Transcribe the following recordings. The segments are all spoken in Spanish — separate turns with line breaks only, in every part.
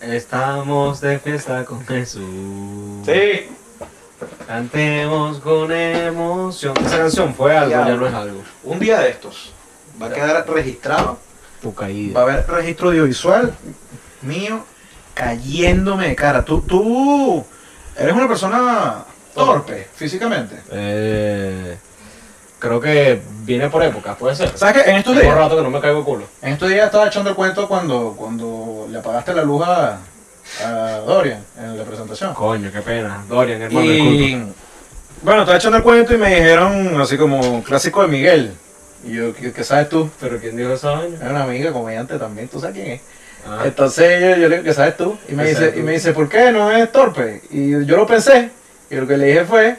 Estamos de fiesta con Jesús.
Sí.
Cantemos con emoción. Esa canción fue algo,
Ya.
ya no es algo.
Un día de estos va a quedar registrado.
Tu
Va a
caída.
haber registro audiovisual mío cayéndome de cara. Tú, tú eres una persona torpe físicamente.
Eh, creo que viene por épocas, puede ser.
¿Sabes qué? En estos
Tengo un
días,
rato que no me caigo de culo.
en estos días estaba echando el cuento cuando, cuando le apagaste la luz a, a Dorian en la presentación.
Coño, qué pena. Dorian, hermano, disculpa.
Y bueno, estaba echando el cuento y me dijeron así como clásico de Miguel. Y yo, ¿qué, qué sabes tú?
Pero ¿quién dijo esa vaina?
Era una amiga comediante también, tú sabes quién es.
Ah,
Entonces yo, yo le digo, ¿qué sabes tú? Y me
¿Qué
dice,
sabes
y
tú?
me dice, ¿por qué no es torpe? Y yo, yo lo pensé, y lo que le dije fue,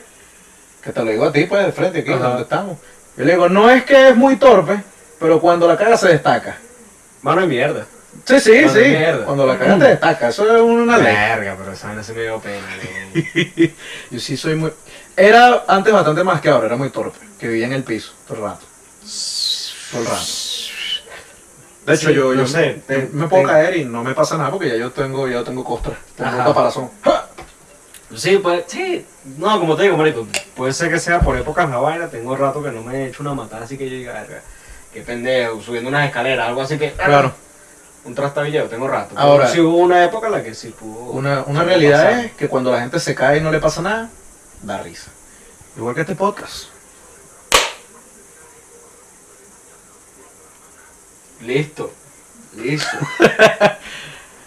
que te lo digo a ti pues de frente aquí,
Ajá.
donde estamos. Yo le digo, no es que es muy torpe, pero cuando la caga se destaca.
mano de mierda.
Sí, sí,
Cuando
sí.
es mierda.
Cuando la caga te destaca, eso es una ley.
Verga, pero esa vaina se me dio pena. güey.
Yo sí soy muy. Era antes bastante más que ahora, era muy torpe. Que vivía en el piso todo el rato. Todo el rato. De hecho,
Sí,
yo,
no
yo
sé,
me-
te-
me puedo
te-
caer y no me pasa nada porque ya yo tengo, ya yo tengo costra. Tengo
Ajá.
caparazón. ¡Ja!
Sí, pues, sí. No, como te digo, marico, puede ser que sea por épocas la vaina. Tengo rato que no me he hecho una matada, así que yo diga, verga, qué pendejo, subiendo unas escaleras, algo así que. "Ah,
Claro.
Un trastabilleo, tengo rato. Pero
Ahora-
sí hubo una época en la que sí pudo.
Una, una
pudo
realidad
pasar.
es que cuando la gente se cae y no le pasa nada, da risa. Igual que este podcast.
Listo. Listo.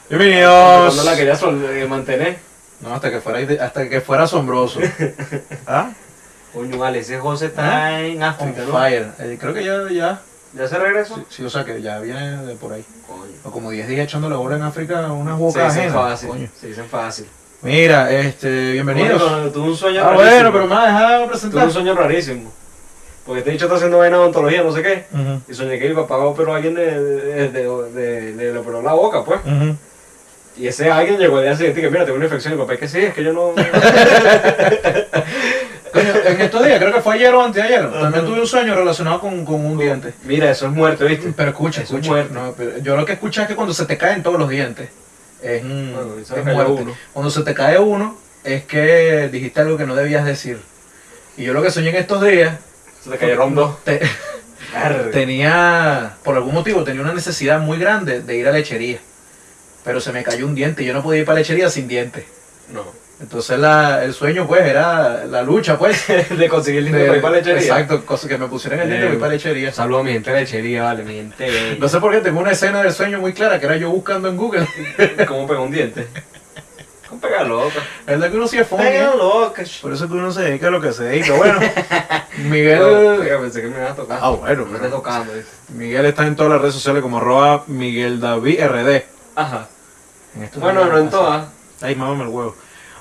Bienvenidos.
Cuando la quería sol- eh, mantener.
No, hasta que fuera, ide- hasta que fuera asombroso. ¿Ah?
Coño, vale, ese José está en
On
África, ¿no?
fire. Eh, creo que ya, ya.
¿Ya se regresó?
Sí, sí, o sea que ya viene de por ahí.
Coño.
O como 10 días echando la bola en África a unas
Se
bocas
dicen
ajenas,
fácil.
coño.
Se dicen fácil.
Mira, este, bienvenidos.
Coño, Tuve un sueño
Ah,
rarísimo.
bueno, pero me ha dejado
Tuve
presentar.
un sueño rarísimo. Porque te he dicho, está haciendo vaina de ontología, no sé qué.
Ujú,
Y soñé que mi papá operó a alguien de, de, de, de- de- le operó la boca, pues.
ujú.
Y ese alguien llegó al día siguiente y que, mira, tengo una infección. Y mi papá, es que sí, es que yo no...
Coño, en estos días, creo que fue ayer o anteayer, también
Ujú.
tuve un sueño relacionado con, con un diente.
mira, eso es muerte, ¿viste?
Pero escucha,
Eso es
escucha.
muerte.
no, pero yo lo que escuché es que cuando se te caen todos los dientes, es, mm,
Bueno, y se
es
me cayó
muerte.
uno.
Cuando se te cae uno, es que dijiste algo que no debías decir. Y yo lo que soñé en estos días,
Se te cayeron dos.
te- tenía, por algún motivo, tenía una necesidad muy grande de ir a lechería. Pero se me cayó un diente y yo no podía ir para lechería sin diente.
No.
Entonces la, el sueño pues era la lucha pues.
de conseguir el dinero
De-
para ir para la lechería. Eh,
Exacto, cosa que me pusieron el diente y voy para lechería.
Saludos a mi gente de lechería, vale, mi gente bella.
No sé por qué tengo una escena del sueño muy clara que era yo buscando en Google.
¿Cómo pegó un diente? ¿Cómo pega loca?
La verdad que uno sí es funky.
Pega loca.
Por eso que uno se dedica a lo que se dedica. Bueno, Miguel.
Pero, pensé que me iba a tocar.
Ah, bueno,
Me
pero-
está tocando, ¿viste?
Miguel está en todas las redes sociales como arroba Miguel David RD.
Ajá.
En estos
Bueno,
días
no en
pasa.
todas.
Ay, mámame el huevo.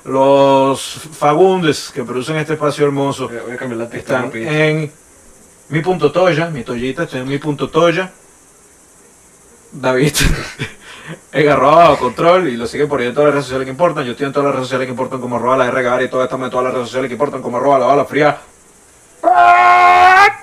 Los Fagundes que producen este espacio hermoso
Voy a cambiar la pista
están eh.
rápido.
en mi punto toya, mi toyita, estoy en mi punto toya. David en arroba bajo control y lo sigue por ahí en todas las redes sociales que importan. Yo estoy en todas las redes sociales que importan como arroba la R Gavari y todas estamos en todas las redes sociales que importan como arroba la bala fría. ¡Ah!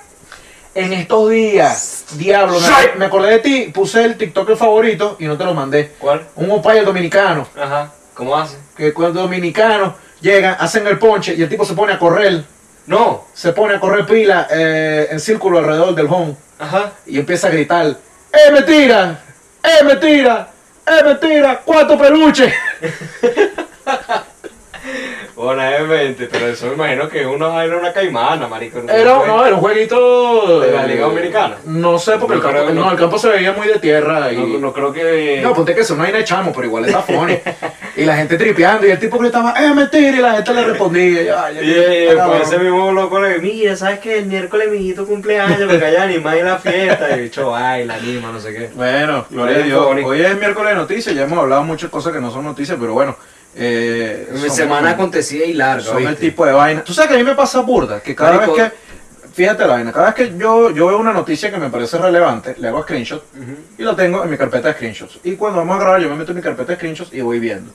En estos días, diablo, me, acor- me acordé de ti, puse el TikTok favorito y no te lo mandé.
¿Cuál?
Un opaya dominicano,
Ajá. ¿Cómo hace?
que cuando dominicanos llegan, hacen el ponche y el tipo se pone a correr
No.
se pone a correr pila eh, en círculo alrededor del home
Ajá.
y empieza a gritar, ¡Eh, mentira! ¡Eh, mentira! ¡Eh, mentira! ¡Cuatro peluches!
Honestamente, pero eso me imagino que uno era una caimana, marico.
Era, no, era un jueguito...
¿De la Liga Dominicana?
No sé,
No
porque el,
creo
campo,
que
no,
no.
el campo se veía muy de tierra y...
No, no pues, creo que.
No, ponte que eso no hay chamo, pero igual está funny. y la gente tripeando y el tipo gritaba, ¡Eh, mentira! Y la gente le respondía. y, "Ay,
Y
ay,
eh,
ay,
pues
cabrón".
ese mismo loco le mira, ¿sabes que El miércoles mi hijito cumpleaños, me calla animar en la fiesta. Y el bicho baila, anima, no sé qué.
Bueno, gloria a Dios. Hoy es miércoles de noticias, ya hemos hablado muchas cosas que no son noticias, pero bueno. Eh,
Mi
son-
semana acontecida y larga,
Son el
¿oíste?
tipo de vaina. Tú sabes que a mí me pasa burda, que cada
Marico.
vez que. Fíjate la vaina, cada vez que yo, yo veo una noticia que me parece relevante, le hago screenshot
Ujú.
y lo tengo en mi carpeta de screenshots. Y cuando vamos a grabar, yo me meto en mi carpeta de screenshots y voy viendo.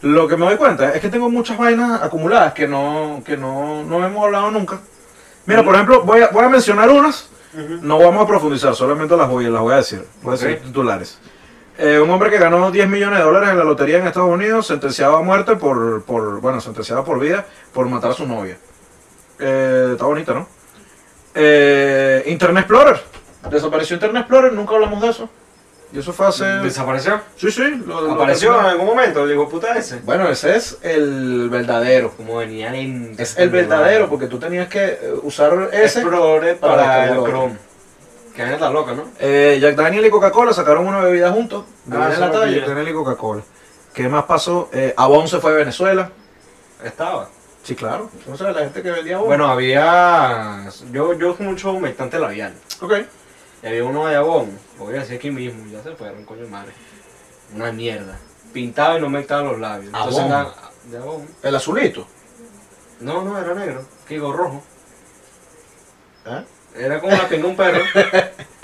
Lo que me doy cuenta es que tengo muchas vainas acumuladas que no, que no, no hemos hablado nunca. Mira, por ejemplo, voy a, voy a mencionar unas, no vamos a profundizar, solamente las voy, las voy a decir. Voy a decir
Ok.
titulares. Eh, un hombre que ganó 10 millones de dólares en la lotería en Estados Unidos, sentenciado a muerte por, por bueno, sentenciado por vida por matar a su novia. Eh, está bonita, ¿no? Eh, Internet Explorer. Desapareció Internet Explorer, nunca hablamos de eso. Y eso fue hace...
¿Desapareció?
Sí, sí. lo- lo-
¿Apareció en algún momento? Le digo, puta ese.
eh. Bueno, ese es el verdadero.
Como venía en... este
Es el verdadero, porque tú tenías que eh, usar ese.
Explorer
para
para el
descargar
Chrome. Que vaina tan loca, ¿no?
Eh, Jack Daniel y Coca-Cola sacaron una bebida juntos.
Ah,
Bebida
eso lo
enlatada,
vi.
Jack Daniel y Coca-Cola. ¿Qué más pasó? Eh, Avon se fue a Venezuela.
Estaba.
Sí, claro. Entonces la gente que vendía Avon.
Bueno, había... Yo, yo uso mucho humectante labial.
ok.
Y había uno de abón, lo voy a decir aquí mismo, ya se fueron, coño de madre. Una mierda. Pintado y no mectaba los labios. Entonces,
Abón.
andaba- de abón.
El azulito.
No, no, era negro. Que digo, rojo.
¿Eh?
Era como la pinga de un perro.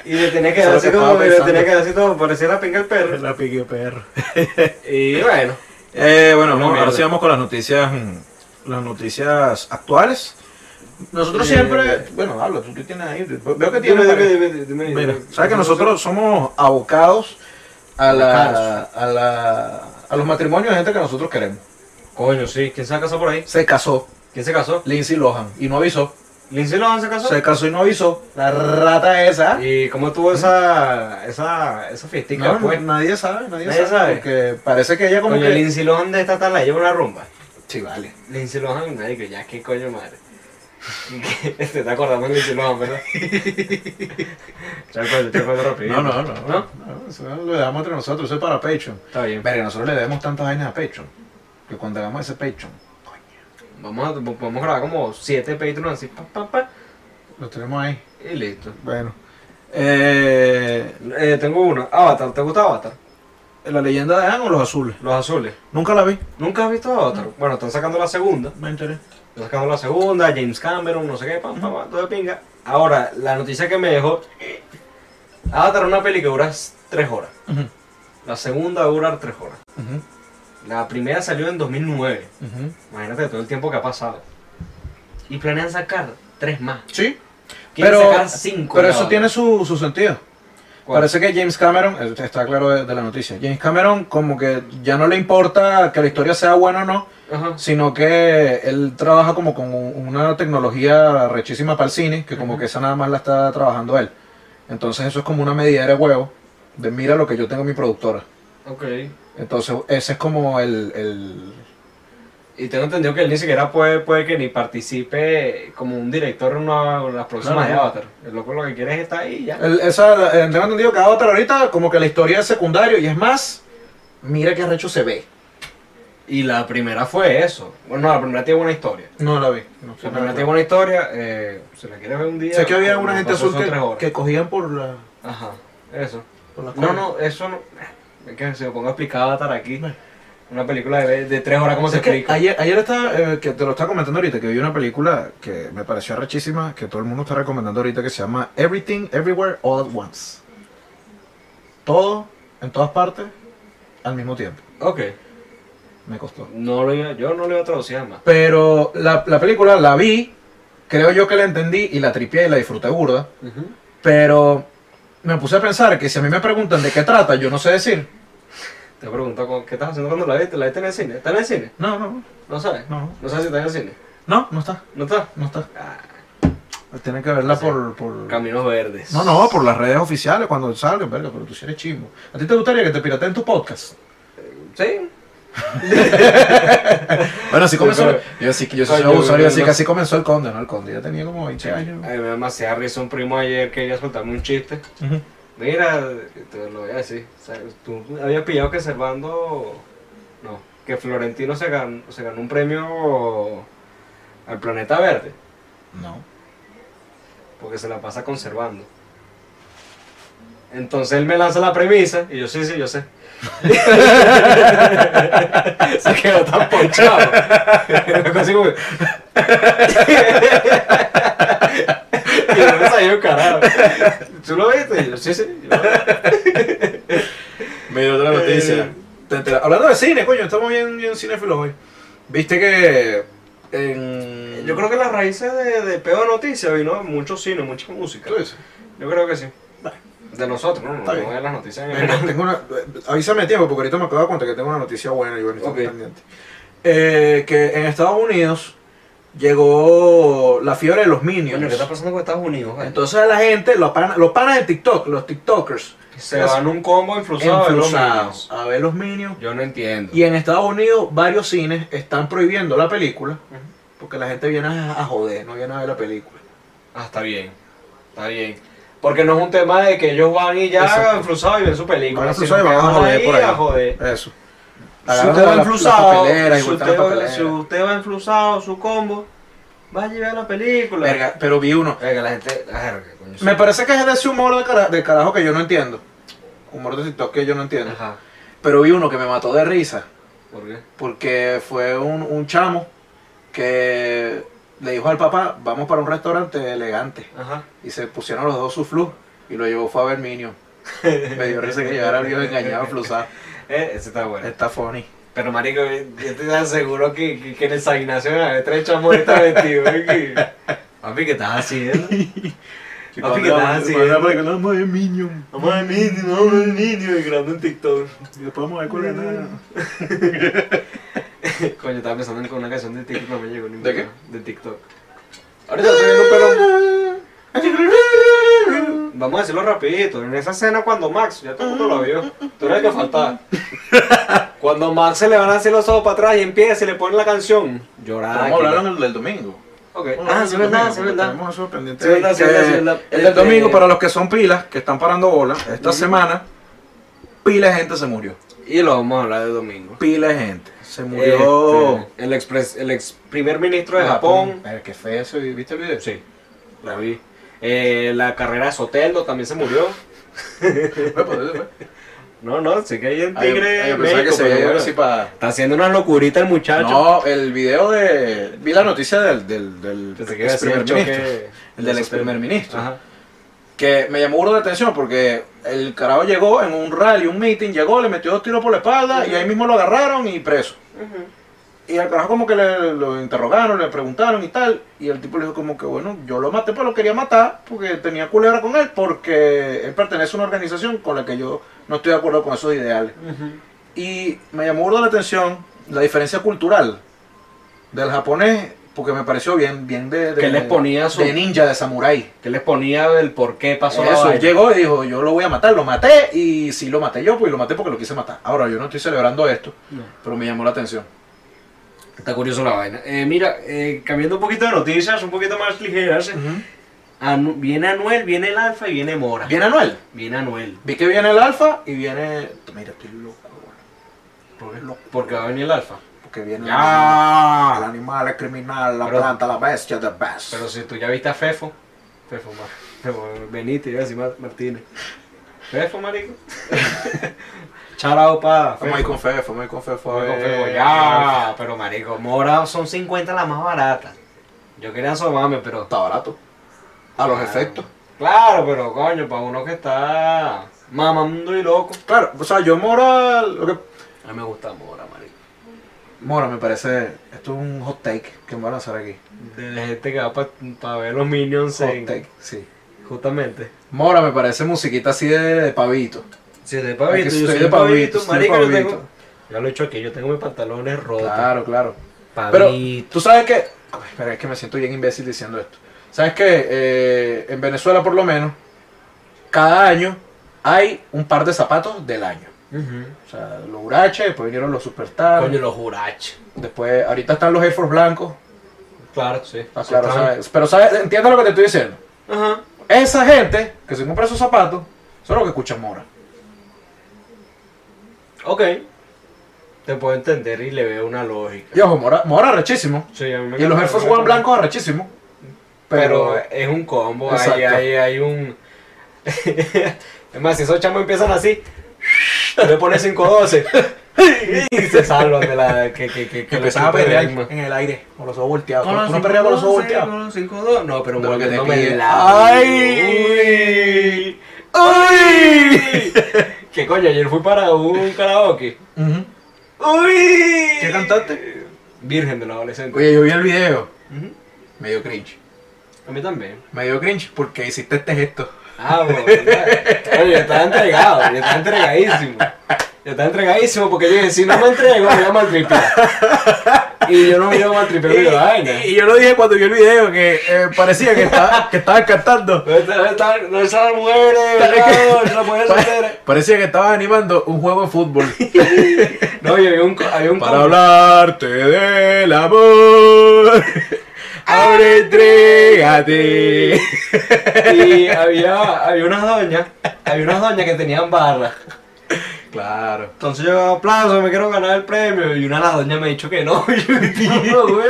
Y le tenía que
Eso
dar
es
así
lo que
como,
estaba
y le
pensando.
tenía que dar así todo, parecía la pinga del perro.
La pique perro.
Y bueno,
Eh, bueno,
Una
no, ahora
mierda.
sí vamos con las noticias, mm, las noticias actuales. Nosotros
Eh,
siempre, bueno, habla, tú, tú tienes ahí, veo
dime,
que tienes.
dime,
varias-
dime, dime, dime.
Mira, sabes que nosotros somos abocados a la,
Abocados.
a la, a los matrimonios de gente que nosotros queremos.
Coño, sí, ¿quién se casó por ahí?
Se casó
¿Quién se casó?
Lindsay Lohan y no avisó.
¿Lindsay Lohan se casó?
Se casó y no avisó. La rata esa.
¿Y cómo estuvo esa, esa, esa fiestica?
No,
pues?
nadie sabe, nadie,
Nadie
sabe,
sabe.
Porque parece que ella como
Coño,
que.
Lindsay Lohan de esta tal la lleva una rumba.
Sí, vale.
Lindsay Lohan, marico, ya qué coño madre. Te está acordando de Lindsay Lohan, ¿verdad? Chaco, chaco, rápido.
No, no, no.
¿No?
No, eso no lo dejamos entre nosotros, eso es para Patreon.
Está bien.
Verga, nosotros le debemos tantas vainas a Patreon. Que cuando hagamos ese Patreon,
Vamos a, vamos a grabar como 7 Patreon así, pa, pa, pa,
lo tenemos ahí.
y listo.
Bueno. Eh,
Eh, tengo uno. Avatar, ¿te gusta Avatar?
la leyenda de Anne o los azules.
Los azules.
Nunca la vi.
¿Nunca has visto Avatar? Bueno, están sacando la segunda.
Me enteré.
Están sacando la segunda, James Cameron, no sé qué, pam, pam, pam, todo de pinga. Ahora, la noticia que me dejó... Avatar es una peli que dura 3 horas.
Ujú,
La segunda va a durar 3 horas.
ujú,
La primera salió en 2009.
ujú.
Imagínate todo el tiempo que ha pasado. Y planean sacar tres más.
Sí,
Quieren
pero,
sacar cinco.
pero
ya,
eso
¿vale?
tiene su, su sentido.
¿Cuál?
Parece que James Cameron, eh, está claro de, de la noticia, James Cameron como que ya no le importa que la historia sea buena o no,
Ajá.
sino que él trabaja como con un- una tecnología rechísima para el cine, que como
Ujú.
que esa nada más la está trabajando él. Entonces eso es como una medida de huevo, de mira lo que yo tengo en mi productora.
Ok.
Entonces ese es como el... el-
Y tengo entendido que él ni siquiera puede, puede que ni participe como un director en una en las próximas
No, no.
de Avatar. El loco lo que quiere es estar ahí y ya.
el- esa, eh, tengo entendido que Avatar ahorita como que la historia es secundaria y es más, mira qué arrecho se ve.
Y la primera fue eso. Bueno, la primera tiene buena historia.
No la vi. No,
La primera tiene buena historia. Eh, se la quiere ver un día.
Sé que había
como
una gente
pasó,
azul
son tres
que,
horas.
que cogían por la,
Ajá. Eso.
por la
No,
cola.
no, eso no. Es que se me ponga a explicar Avatar aquí.
Bueno.
Una película de, de tres horas, Ah, ¿cómo se
Es que
explica?
ayer, ayer estaba, eh, que te lo estaba comentando ahorita, que vi una película que me pareció rechísima, que todo el mundo está recomendando ahorita, que se llama Everything, Everywhere, All at Once. Todo, en todas partes, al mismo tiempo.
Ok.
Me costó.
No lo iba, yo no lo iba a traducir además.
Pero la, la película la vi, creo yo que la entendí y la tripié y la disfruté burda, pero me puse a pensar que si a mí me preguntan de qué trata, yo no sé decir.
Te pregunto, ¿cómo- ¿qué estás haciendo cuando la viste? ¿La viste en el cine? ¿Está en el cine?
No, no,
No sabes.
no.
No sabes si está en el cine.
No, no está,
¿No está?
no está.
Ah,
Tiene que verla
Sí.
por, por...
caminos verdes.
No, no, por las redes oficiales cuando salgan, verga, pero tú sí eres chismo. ¿A ti te gustaría que te pirateen tu podcast?
Sí.
Bueno, así
Sí, pero-
yo así que yo
Ay,
soy
yo-
abusador,
yo
así
no-
que así comenzó el conde, ¿no? El conde ya tenía como 20
A
años.
mí me da demasiada risa un primo ayer quería soltarme un chiste. Mira, te lo voy a decir. ¿sabes? Tú habías pillado que Servando. No, que Florentino se ganó, se ganó un premio al Planeta Verde.
No.
porque se la pasa conservando. Entonces él me lanza la premisa y yo, sí, sí, yo sé. se quedó tan ponchado. Una cosa así como que- y yo me salió carajo. ¿Tú lo viste? Y yo, sí, sí. yo lo vi".
Mira, otra
noticia.
Eh, Te entera- Hablando de cine, coño, estamos bien, bien cinéfilos hoy. Viste que en...
Yo creo que las raíces de, de peor noticia vino mucho cine, mucha música.
¿Tú dices?
Yo creo que sí. De nosotros, ¿no? No,
Está
no
bien.
de las noticias. en
Mira,
general.
tengo una, eh, avísame a tiempo porque ahorita me acabo de dar cuenta que tengo una noticia buena y bueno, estoy
Ok.
pendiente. Eh, que en Estados Unidos llegó la fiebre de los minions.
Coño, ¿qué está pasando con Estados Unidos? vale?
Entonces la gente, los panas los panas de TikTok, los TikTokers,
se van un combo influsado de los niños.
enfrusados a ver los minions.
Yo no entiendo.
Y en Estados Unidos varios cines están prohibiendo la película porque la gente viene a, a joder, no viene a ver la película.
Ah, está bien. Está bien. Porque no es un tema de que ellos van y ya
Exacto.
enflusados y ven su película.
Van a
sino
enfrusados y
que
van a joder por ahí.
a joder.
Eso.
Si
Agarran
usted va
la- la
enflusado,
papelera y
si
botan la
usted va-
papelera.
si usted va enflusado, su combo, va a llevar la película.
Verga, pero vi uno.
Verga, la gente. la verga, coño.
Me parece que es de ese humor de, cara- de carajo que yo no entiendo. Humor de TikTok que yo no entiendo.
Ajá.
Pero vi uno que me mató de risa.
¿Por qué?
Porque fue un, un chamo que le dijo al papá, vamos para un restaurante elegante.
Ajá.
Y se pusieron los dos su flu y lo llevó fue a ver Minion. Me dio risa que llegara el viejo engañado a flusar.
Eh, ese está bueno.
Está funny.
Pero marico, yo te aseguro que, que, que en el San Ignacio de la tres chamos está vestido. ¿eh? Que- Papi, ¿qué estás haciendo?
Y
Papi,
cuando
¿qué
vamos-
estás
y
haciendo?
cuando vamos a la- Vamos a ver Minion.
Vamos a niño, vamos a niño y grabando en TikTok.
Y después vamos a ver cuál es la-
Coño, estaba pensando en una canción de TikTok, no me llegó ninguna.
¿De qué?
De TikTok. Ahorita estoy viendo un pelón. Vamos a decirlo rapidito. En esa escena cuando Max, ya todo el mundo lo vio, tú eres el que faltaba. Cuando Max se le van a hacer los ojos para atrás y empieza y le ponen la canción. Llorar.
Vamos a hablar del- del domingo.
Ok. Ah, sí, verdad, sí, verdad.
Tenemos eso pendiente.
Sí, verdad, sí,
Que
verdad, sí, verdad.
El del
Este-
domingo, para los que son pilas, que están parando bola, esta
Ujú.
semana, pila de gente se murió.
Y lo vamos a hablar de domingo.
Pila de gente. Se murió.
Este, el, expres- el ex primer ministro
Ah,
de Japón.
Ver, qué feo eso. ¿Viste el video?
Sí, la vi. Eh, la carrera de Soteldo también se murió. No, no, sé que hay en Tigre.
pues, Ay, yo pensaba que
México,
se
pero
veía
bueno.
así para.
Está haciendo una locurita el muchacho.
No, el video de. Vi la noticia del, del, del
Pensé que iba a
ex
decir
primer
el
ministro.
choque.
El del
de
ex primer ministro.
Ajá.
Que me llamó burda la atención porque el carajo llegó en un rally, un meeting, llegó, le metió dos tiros por la espalda y ahí mismo lo agarraron y preso. Y al carajo como que le, lo interrogaron, le preguntaron y tal. Y el tipo le dijo como que bueno, yo lo maté, pero lo quería matar porque tenía culebra con él, porque él pertenece a una organización con la que yo no estoy de acuerdo con esos ideales. Y me llamó burda la atención la diferencia cultural del japonés, porque me pareció bien, bien de, de,
Que les ponía su-
de ninja, de samurái.
Que les ponía el por qué pasó la
Eso,
vaina.
llegó y dijo, yo lo voy a matar, lo maté, y si lo maté yo, pues lo maté porque lo quise matar. Ahora, yo no estoy celebrando esto,
No.
pero me llamó la atención.
Está curioso la vaina. Eh, mira, eh, cambiando un poquito de noticias, un poquito más ligeras. Anu- viene Anuel, viene el Alfa y viene Mora.
¿Viene Anuel?
Viene Anuel.
Vi que viene el Alfa y viene... Mira, estoy loco, güey,
¿Por
Loco.
Porque va a venir el Alfa.
porque viene
Ya.
el animal, el criminal, la
Pero-
planta, la bestia, the best.
Pero si tú ya viste a Fefo, Fefo, ma- Fefo Benítez, iba a decir Mar- Martínez. Fefo, marico. Charao pa.
Vamos a ir
Fefo.
con Fefo, vamos a ir con Fefo. a
Vamos con
ver.
Fefo, Ya, pero marico, Mora son 50 las más baratas. Yo quería asomarme, pero.
Está barato. A los efectos.
Claro, pero coño, para uno que está mamando y loco.
Claro, o sea, yo Mora... lo que-
A mí me gusta Mora, marico.
Mora me parece... Esto es un hot take que me voy a lanzar aquí.
De la gente que va para ver los Minions
Hot
en-
take, sí.
Justamente.
Mora me parece musiquita así de, de pavito.
Si de
Aquí
pavito, yo
estoy
soy
de
de pavito,
pavito, estoy de
marico, yo
pavito.
tengo. Ya lo he hecho aquí, yo tengo mis pantalones rotos.
Claro, claro. Pero
Pavito.
tú sabes que... Ay, Pero es que me siento bien imbécil diciendo esto. ¿Sabes que en Venezuela por lo menos, cada año hay un par de zapatos del año. O sea, los huraches, después vinieron los superstars.
Coño, los juraches.
Después, ahorita están los Air Force blancos.
Claro, sí.
Ah, claro, ¿sabes? Pero ¿sabes? entiende lo que te estoy diciendo.
Ajá.
Esa gente que se compra esos zapatos son los que escuchan Mora.
Ok. Te puedo entender y le veo una lógica.
Y ojo, Mora, Mora arrechísimo.
Sí, a mí me
Y los Air Force One blancos arrechísimo.
Pero,
Pero, eh,
es un combo,
Exacto.
ahí hay, hay un... es más, si esos chamos empiezan así, le pones 512 y se salvan de la... que, que, que, que
que
lo
empezaba a
saben,
perrear
man.
en el aire, con los ojos volteados. ¿Tú no perreas con los ojos volteados?
los 5-2. No, pero
De lo que te
volteándome
pide.
la-
¡Ay!
¡Uy! ¿Qué coño? Ayer fui para un karaoke.
Ujú.
¡Uy!
¿Qué cantaste?
Virgen de los adolescentes.
Oye, yo vi el video.
Ujú.
Medio cringe.
A mí también.
Medio cringe porque hiciste este gesto.
Ah, bueno. Oye, yo estaba entregado, yo estaba entregadísimo. Yo estaba entregadísimo porque yo dije, si no me entrego, me voy a maltripear. Y yo no me iba a maltripear mi vaina.
Y, y yo lo dije cuando vi el video, que eh, parecía que estaba, que estaba cantando.
No está- no está- no están las mujeres,
Tal vez que-
no, no las mujeres solteras.
Parecía que estaba animando un juego de fútbol.
No, y había un, co- había un
Para
combo.
hablarte del amor. Ahora entrégate.
Y había, había unas doñas, había unas doñas que tenían barras.
Claro.
Entonces yo aplauso, me quiero ganar el premio. Y una de las doñas me ha dicho que no. Y yo, "Tío, güey".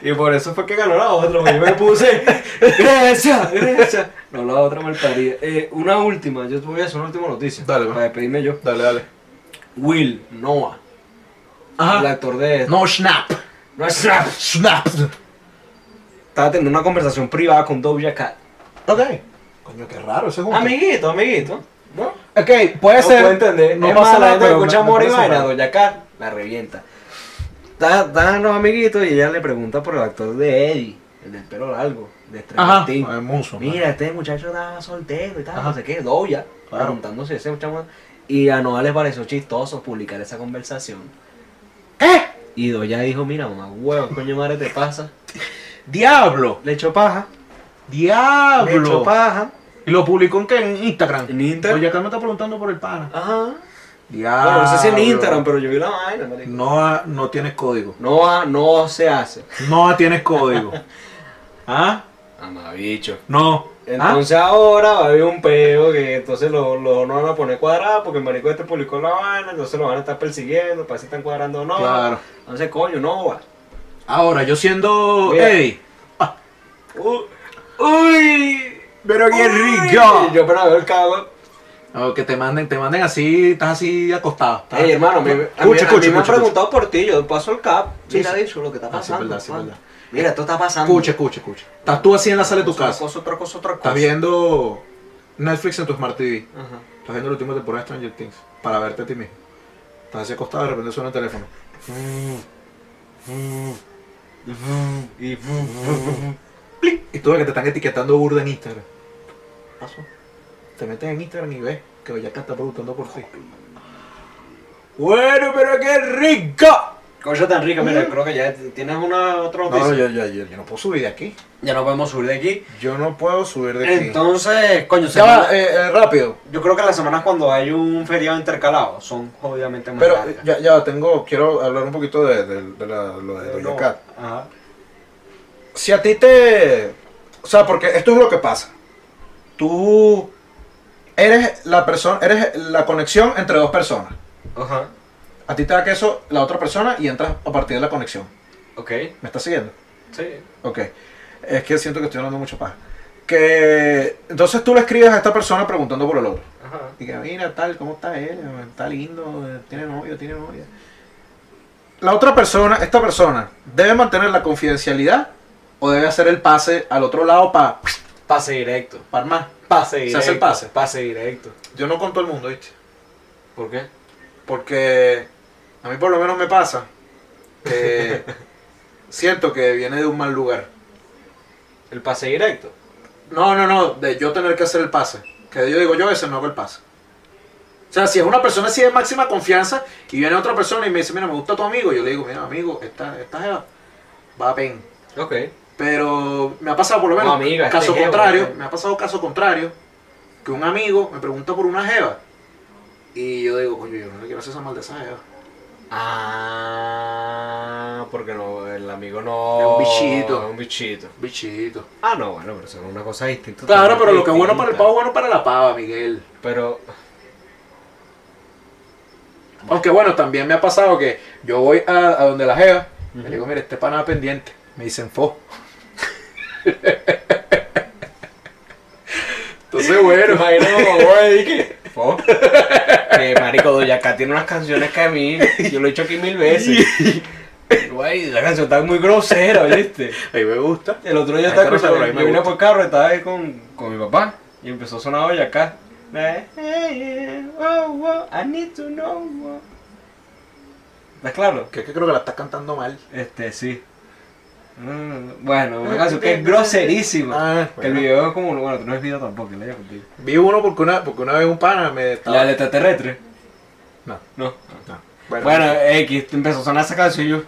Y por eso fue que ganó la otra, porque yo me puse. Grecia, Grecia. No, la otra malparida. Eh, una última, yo te voy a hacer una última noticia.
Dale, va.
Para despedirme yo.
Dale, dale.
Will Noah, el actor de.
Ah. No, snap.
No, Snap.
Snap.
Estaba teniendo una conversación privada con Doja Cat.
Ok. Coño, qué raro ese juego.
Amiguito, amiguito. ¿No?
Ok, puede
no
ser.
puedo entender.
No
es
pasa
más, la
nada,
gente que
pero
escucha
me- me
amor y
parece
vaina,
raro.
Doña Cat la revienta. Da- Dan los amiguitos y ella le pregunta por el actor de Eddie, el del pelo largo, de
Ajá.
Stranger Things.
Ah, muso,
Mira, este muchacho estaba soltero y tal,
Ajá.
no sé qué, Doya,
Claro.
preguntándose ese muchacho. Y a Noah le pareció chistoso publicar esa conversación.
¿Qué?
Y Doya dijo, mira, mamá, huevo, coño madre te pasa.
Diablo.
Le echó paja, le echó
Diablo.
paja.
¿Y lo publicó en qué? En Instagram.
En Instagram.
Oye, acá me está preguntando por el pana.
Ajá.
Diablo.
Bueno, no sé si en Instagram, pero yo vi la vaina, marico.
No, no tienes código.
Noah no se hace.
No tienes código. ¿Ah?
Amabicho.
No. ¿Ah?
Entonces ahora va a haber un peo que entonces lo, lo- no van a poner cuadrado porque el marico este publicó la vaina, entonces lo van a estar persiguiendo, para si están cuadrando o no.
¿Ah? Claro.
Entonces, coño, no va.
Ahora, yo siendo
Mira.
Eddie.
Uh, ¡Uy!
Pero qué
uy.
rico.
Yo apenas veo el cago.
No, que te manden, te manden así, estás así acostado. estás-
Ey, hermano, me, a mí, a mí me
Escucha, escucha,
han
escucha, escucha.
preguntado por ti, yo paso el cap.
Sí,
Mira,
sí.
dicho lo que está
Ah, sí,
pasando.
verdad, sí,
papá.
verdad.
Mira, esto está pasando.
Escucha, escucha, escucha. Estás tú así en la sala de tu
Otra
casa.
cosa, otra cosa, otra cosa.
Estás viendo Netflix en tu Smart TV.
Ajá.
Estás viendo la última temporada de Stranger Things para verte a ti mismo. Estás así acostado y de repente suena el teléfono. Mm,
Y
Y tú ves que te están etiquetando burda en Instagram. ¿Qué pasó? Te metes en Instagram y ves que ya está preguntando por ti. Bueno, pero qué rico.
Cosa tan rica, mira, creo que ya tienes una otra
No,
noticia.
no, yo, yo, yo, yo no puedo subir de aquí.
Ya no podemos subir de aquí.
Yo no puedo subir de aquí.
Entonces, coño,
Ya va,
semana-
eh, eh, rápido.
yo creo que las semanas cuando hay un feriado intercalado son obviamente más
Pero eh,
largas.
ya, ya tengo, quiero hablar un poquito de, de- de la- lo de Doña
No,
Cat.
ajá.
Si a ti te. O sea, porque esto es lo que pasa. Tú eres la persona, eres la conexión entre dos personas.
Ajá.
A ti te da queso la otra persona y entras a partir de la conexión.
Ok.
¿Me estás siguiendo?
Sí.
Ok. Es que siento que estoy hablando mucho paja. Que entonces tú le escribes a esta persona preguntando por el otro.
Ajá.
Y que mira, tal, ¿cómo está él? Está lindo, tiene novio, tiene novia. La otra persona, esta persona, ¿debe mantener la confidencialidad o debe hacer el pase al otro lado para
Pase directo.
armar?
Pase directo.
Se hace el pase.
Pase directo.
Yo no con todo el mundo, ¿viste?
¿Por qué?
Porque a mí por lo menos me pasa que siento que viene de un mal lugar.
El pase directo.
No, no, no, de yo tener que hacer el pase. Que yo digo, yo ese no hago el pase. O sea, si es una persona así de máxima confianza y viene otra persona y me dice, mira, me gusta tu amigo, yo le digo, mira, amigo, esta, esta jeva va a pen.
Ok.
Pero me ha pasado por lo menos
No, amiga,
caso
este jeva,
contrario,
¿no?
me ha pasado caso contrario, que un amigo me pregunta por una jeva y yo digo, coño, yo no le quiero hacer esa maldad a esa jeva.
Ah, porque no, el amigo no.
Es un bichito.
Es un bichito.
Bichito.
Ah, no, bueno, pero eso es una cosa distinta.
Claro,
totalmente
pero lo que es bueno para el
distinta.
pavo, bueno para la pava, Miguel.
Pero.
Aunque bueno, también me ha pasado que yo voy a, a donde la jeva, le digo, mira, este pana va pendiente. Me dicen fo. Entonces,
Pero
bueno.
imagino como güey, que. po, Que marico, Doña Cat tiene unas canciones que a mí, yo lo he hecho aquí mil veces. Güey, la canción está muy grosera, ¿viste?
Ahí me gusta.
El otro día
Ahí
estaba
está grosera,
escuchando,
pero ahí me
yo vine
gusta.
por carro, estaba ahí con, con mi papá y empezó a sonar Doña Cat. Eh, eh, oh, oh, I need to know. oh. ¿Estás claro?
Que es que creo que la estás cantando mal.
Este, sí. Mm, Bueno, una canción que es groserísima.
Ah,
Que el
bueno.
video es como, bueno, no es video tampoco, que le haya contigo.
Vi uno porque una, porque una vez un pana me estaba...
La del extraterrestre.
No,
No.
no.
Bueno, X, empezó a sonar esa canción y yo.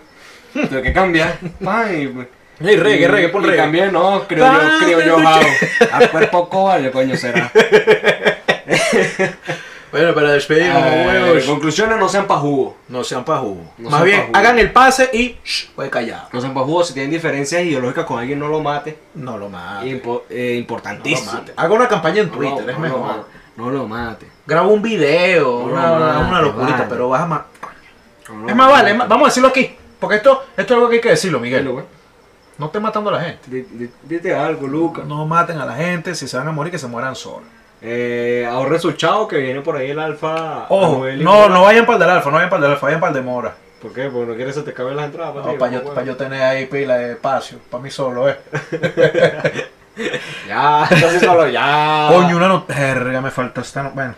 Tuve que cambiar. Pan, y,
Hey, reggae,
y-
reggae, pon
y
reggae.
cambié, no, creo yo,
Pan,
creo yo,
peluche.
Jao. Ah, A cuerpo cobarde, coño, será.
Bueno, para despedirnos,
Eh,
huevos.
conclusiones, no sean pa' jugo.
Ah, No sean pajugo.
No
Más
sean
bien,
pajugo.
hagan el pase y shh, pues callado.
No sean pa' jugo, si tienen diferencias ideológicas con alguien, no lo mate.
No lo maten.
Impo- eh,
Ah, No lo
importantísimo.
maten. Haga una campaña en
No,
Twitter,
no,
es
no lo
mejor.
mate, No lo mate.
Graba un video,
No lo
una,
maten,
una locurita,
vale.
pero vas a más.
No lo
Es más, vale,
mate.
es más- vamos a decirlo aquí. Porque esto, esto es algo que hay que decirlo,
Dilo,
Miguel.
güey.
No estés matando a la gente.
Di- di- Dite algo, Luca.
No maten a la gente, si se van a morir, que se mueran solos.
Eh, ahorren su chavo que viene por ahí el alfa.
Ojo,
Anuel y
no,
Mora.
no vayan para el del alfa, no vayan para el del alfa, vayan para el de mora.
¿Por qué? Porque no quieres que se te caben las entradas.
No,
papi,
para yo,
huevo.
pa' yo tener ahí pila de espacio, para mí solo, eh.
Ya, entonces solo ya.
Coño, una nota. Verga, me faltó esta no- Bueno,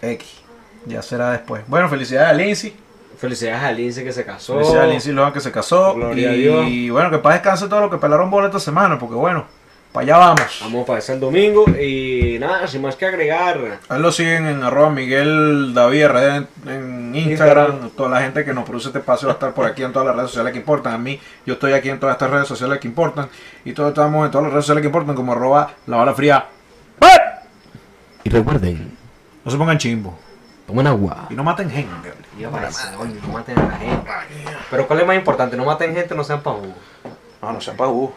X. Ya será después. Bueno, felicidades a Lindsay.
Felicidades a Lince que se casó.
Felicidades a Lindsay Lohan que se casó.
Gloria a
y
Dios.
bueno, que paz descanse todo lo que pelaron bola esta semana, porque bueno, para allá vamos.
Vamos para el domingo y nada, sin más que agregar.
Ahí lo siguen en arroba Miguel David RD en, en Instagram. Toda la gente que nos produce este espacio va a estar por aquí en todas las redes sociales que importan. A mí, yo estoy aquí en todas estas redes sociales que importan. Y todos estamos en todas las redes sociales que importan, como arroba la bala fría. ¡Pap!
Y recuerden,
No se pongan chimbo.
tomen agua.
Y no maten gente.
Dios, parece, coño, no maten a la gente. Pero ¿cuál es más importante? No maten gente, no sean pajú.
No, no sean pajú.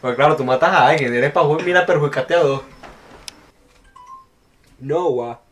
Pues claro, tú matas a alguien, eres pajú y mira, perjudicaste a dos. Noah.